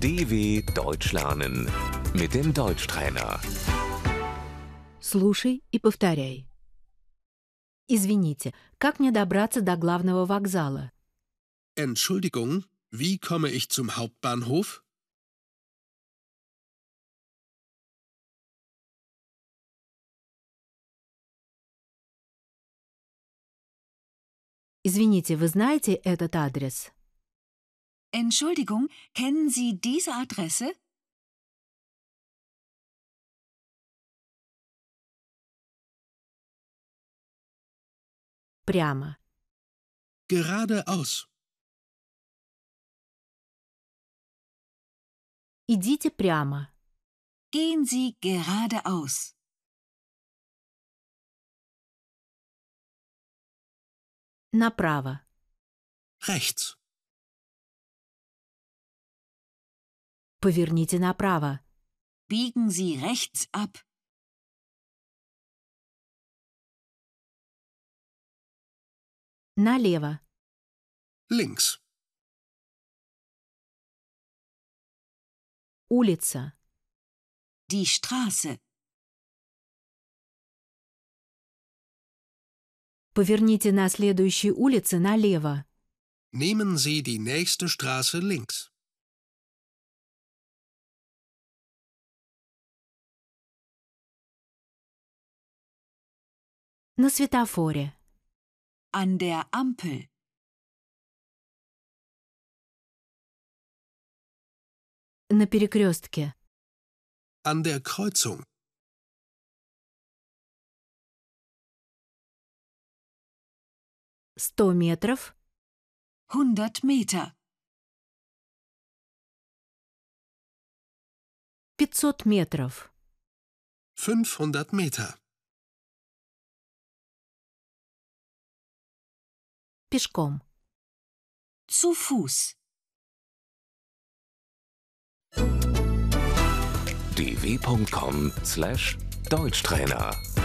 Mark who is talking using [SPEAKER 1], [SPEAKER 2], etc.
[SPEAKER 1] DW Deutsch lernen mit dem Deutschtrainer.
[SPEAKER 2] Слушай и повторяй. Извините, как мне добраться до главного вокзала?
[SPEAKER 3] Entschuldigung, wie komme ich zum Hauptbahnhof?
[SPEAKER 2] Извините, вы знаете этот адрес?
[SPEAKER 4] Entschuldigung, kennen Sie diese Adresse?
[SPEAKER 2] Прямо.
[SPEAKER 3] Geradeaus.
[SPEAKER 2] Идите прямо.
[SPEAKER 4] Gehen Sie geradeaus.
[SPEAKER 2] Направо.
[SPEAKER 3] Rechts.
[SPEAKER 2] Поверните направо.
[SPEAKER 4] Biegen Sie rechts ab.
[SPEAKER 2] Налево.
[SPEAKER 3] Links.
[SPEAKER 2] Улица.
[SPEAKER 4] Die Straße.
[SPEAKER 2] Поверните на следующей улице налево.
[SPEAKER 3] Nehmen Sie die nächste Straße links.
[SPEAKER 2] На светофоре.
[SPEAKER 4] An der Ampel.
[SPEAKER 2] На перекрестке.
[SPEAKER 3] An der Kreuzung.
[SPEAKER 2] Сто метров.
[SPEAKER 4] 100 Meter.
[SPEAKER 2] Пятьсот метров.
[SPEAKER 3] 500 Meter.
[SPEAKER 2] Пешком.
[SPEAKER 4] Zu Fuß.
[SPEAKER 1] dw.com/deutschtrainer